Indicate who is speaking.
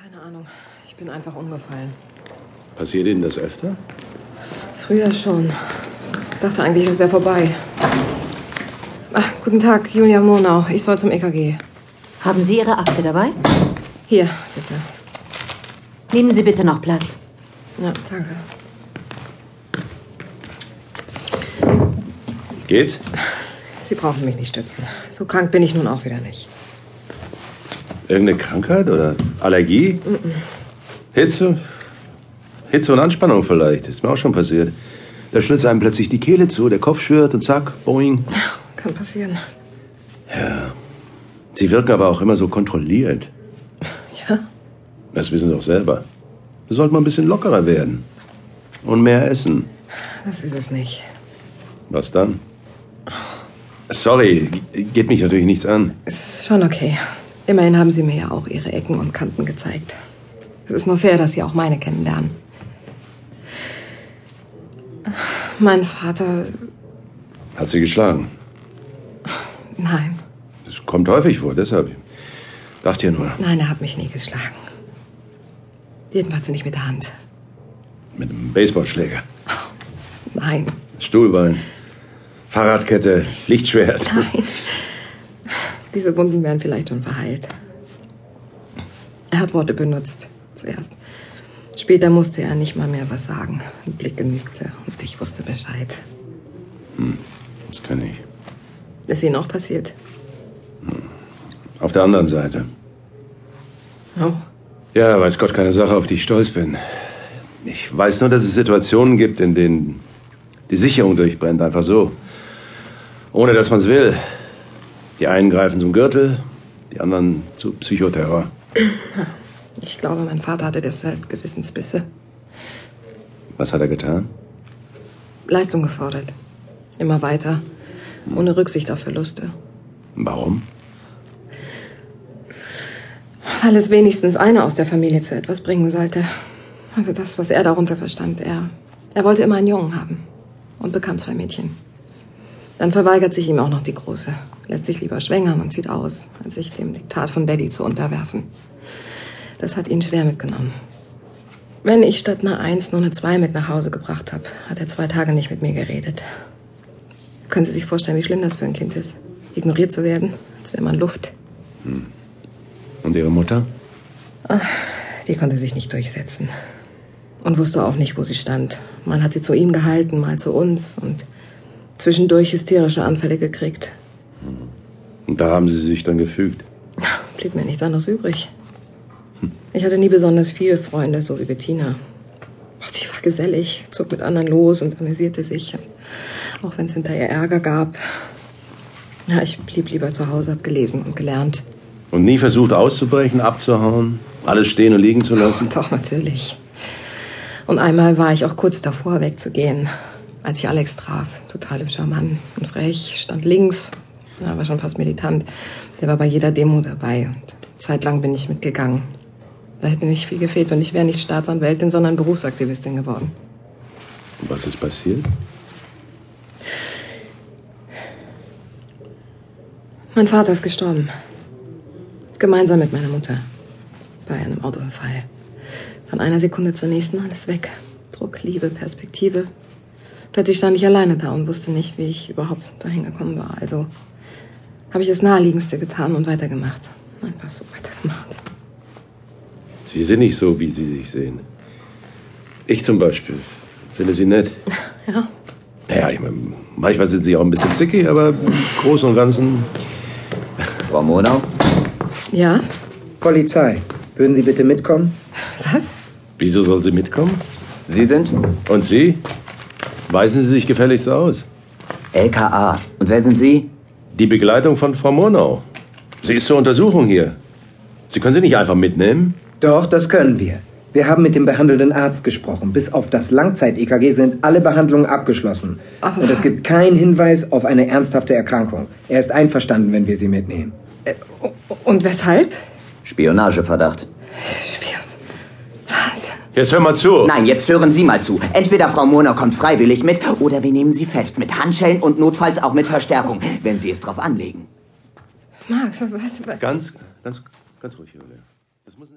Speaker 1: Keine Ahnung. Ich bin einfach umgefallen.
Speaker 2: Passiert Ihnen das öfter?
Speaker 1: Früher schon. Dachte eigentlich, das wäre vorbei. Ach, guten Tag, Julia Murnau. Ich soll zum E EKG.
Speaker 3: Haben Sie Ihre Akte dabei?
Speaker 1: Hier, bitte.
Speaker 3: Nehmen Sie bitte noch Platz.
Speaker 1: Ja, danke.
Speaker 2: Geht's?
Speaker 1: Sie brauchen mich nicht stützen. So krank bin ich nun auch wieder nicht.
Speaker 2: Irgendeine Krankheit oder Allergie? Hitze? Hitze und Anspannung vielleicht. Ist mir auch schon passiert. Da schnitzt einem plötzlich die Kehle zu, der Kopf schürt und zack, boing.
Speaker 1: Kann passieren.
Speaker 2: Sie wirken aber auch immer so kontrolliert.
Speaker 1: Ja?
Speaker 2: Das wissen Sie auch selber. Da sollte man ein bisschen lockerer werden. Und mehr essen.
Speaker 1: Das ist es nicht.
Speaker 2: Was dann? Sorry, ge- geht mich natürlich nichts an.
Speaker 1: Ist schon okay. Immerhin haben Sie mir ja auch Ihre Ecken und Kanten gezeigt. Es ist nur fair, dass Sie auch meine kennenlernen. Mein Vater.
Speaker 2: Hat sie geschlagen.
Speaker 1: Nein,
Speaker 2: Das kommt häufig vor, deshalb. Dachte ja nur,
Speaker 1: nein, er hat mich nie geschlagen. Jedenfalls nicht mit der Hand.
Speaker 2: mit einem Baseballschläger,
Speaker 1: Nein,
Speaker 2: Stuhlbein, Fahrradkette, Lichtschwert.
Speaker 1: nein. Diese Wunden wären vielleicht schon verheilt. Er hat Worte benutzt. Zuerst. Später musste er nicht mal mehr was sagen. Ein Blick genügte und ich wusste Bescheid.
Speaker 2: Das kann ich.
Speaker 1: Ist Ihnen auch passiert?
Speaker 2: Auf der anderen Seite.
Speaker 1: Oh.
Speaker 2: Ja, weiß Gott, keine Sache, auf die ich stolz bin. Ich weiß nur, dass es Situationen gibt, in denen die Sicherung durchbrennt, einfach so. Ohne dass man es will. Die einen greifen zum Gürtel, die anderen zu Psychoterror.
Speaker 1: Ich glaube, mein Vater hatte deshalb Gewissensbisse.
Speaker 2: Was hat er getan?
Speaker 1: Leistung gefordert. Immer weiter. Ohne Rücksicht auf Verluste.
Speaker 2: Warum?
Speaker 1: Weil es wenigstens einer aus der Familie zu etwas bringen sollte. Also das, was er darunter verstand. Er, er wollte immer einen Jungen haben. Und bekam zwei Mädchen. Dann verweigert sich ihm auch noch die Große. Lässt sich lieber schwängern und zieht aus, als sich dem Diktat von Daddy zu unterwerfen. Das hat ihn schwer mitgenommen. Wenn ich statt einer Eins nur eine Zwei mit nach Hause gebracht habe, hat er zwei Tage nicht mit mir geredet. Können Sie sich vorstellen, wie schlimm das für ein Kind ist? Ignoriert zu werden, als wäre man Luft.
Speaker 2: Und ihre Mutter?
Speaker 1: Die konnte sich nicht durchsetzen. Und wusste auch nicht, wo sie stand. Mal hat sie zu ihm gehalten, mal zu uns und zwischendurch hysterische Anfälle gekriegt.
Speaker 2: Und da haben sie sich dann gefügt.
Speaker 1: Blieb mir nichts anderes übrig. Ich hatte nie besonders viele Freunde, so wie Bettina. Boah, Die war gesellig, zog mit anderen los und amüsierte sich. Auch wenn es hinterher Ärger gab. Ja, ich blieb lieber zu Hause, hab gelesen und gelernt.
Speaker 2: Und nie versucht auszubrechen, abzuhauen, alles stehen und liegen zu lassen.
Speaker 1: Doch, natürlich. Und einmal war ich auch kurz davor, wegzugehen, als ich Alex traf. Total im Charmant und frech, stand links, ja, war schon fast militant. Der war bei jeder Demo dabei und zeitlang bin ich mitgegangen. Da hätte nicht viel gefehlt und ich wäre nicht Staatsanwältin, sondern Berufsaktivistin geworden.
Speaker 2: Was ist passiert?
Speaker 1: Mein Vater ist gestorben. Gemeinsam mit meiner Mutter. Bei einem Autounfall. Von einer Sekunde zur nächsten alles weg. Druck, Liebe, Perspektive. Plötzlich stand ich alleine da und wusste nicht, wie ich überhaupt dahin gekommen war. Also habe ich das Naheliegendste getan und weitergemacht. Einfach so weitergemacht.
Speaker 2: Sie sind nicht so, wie Sie sich sehen. Ich zum Beispiel finde Sie nett.
Speaker 1: Ja,
Speaker 2: Naja, ich mein, manchmal sind Sie auch ein bisschen zickig, aber im Großen und Ganzen.
Speaker 4: Frau Monau?
Speaker 1: ja?
Speaker 5: Polizei, würden Sie bitte mitkommen?
Speaker 1: Was?
Speaker 2: Wieso soll sie mitkommen?
Speaker 4: Sie sind?
Speaker 2: Und Sie? Weisen Sie sich gefälligst aus.
Speaker 4: LKA. Und wer sind Sie?
Speaker 2: Die Begleitung von Frau Murnau. Sie ist zur Untersuchung hier. Sie können sie nicht einfach mitnehmen?
Speaker 5: Doch, das können wir. Wir haben mit dem behandelnden Arzt gesprochen. Bis auf das Langzeit-EKG sind alle Behandlungen abgeschlossen. Und es gibt keinen Hinweis auf eine ernsthafte Erkrankung. Er ist einverstanden, wenn wir Sie mitnehmen.
Speaker 1: Äh, Und weshalb?
Speaker 4: Spionageverdacht.
Speaker 1: Spiel. Was?
Speaker 2: Jetzt hör mal zu.
Speaker 4: Nein, jetzt hören Sie mal zu. Entweder Frau Monau kommt freiwillig mit oder wir nehmen Sie fest mit Handschellen und notfalls auch mit Verstärkung, wenn Sie es drauf anlegen.
Speaker 1: Marc, was? was?
Speaker 2: Ganz, ganz, ganz ruhig, Julia. Das muss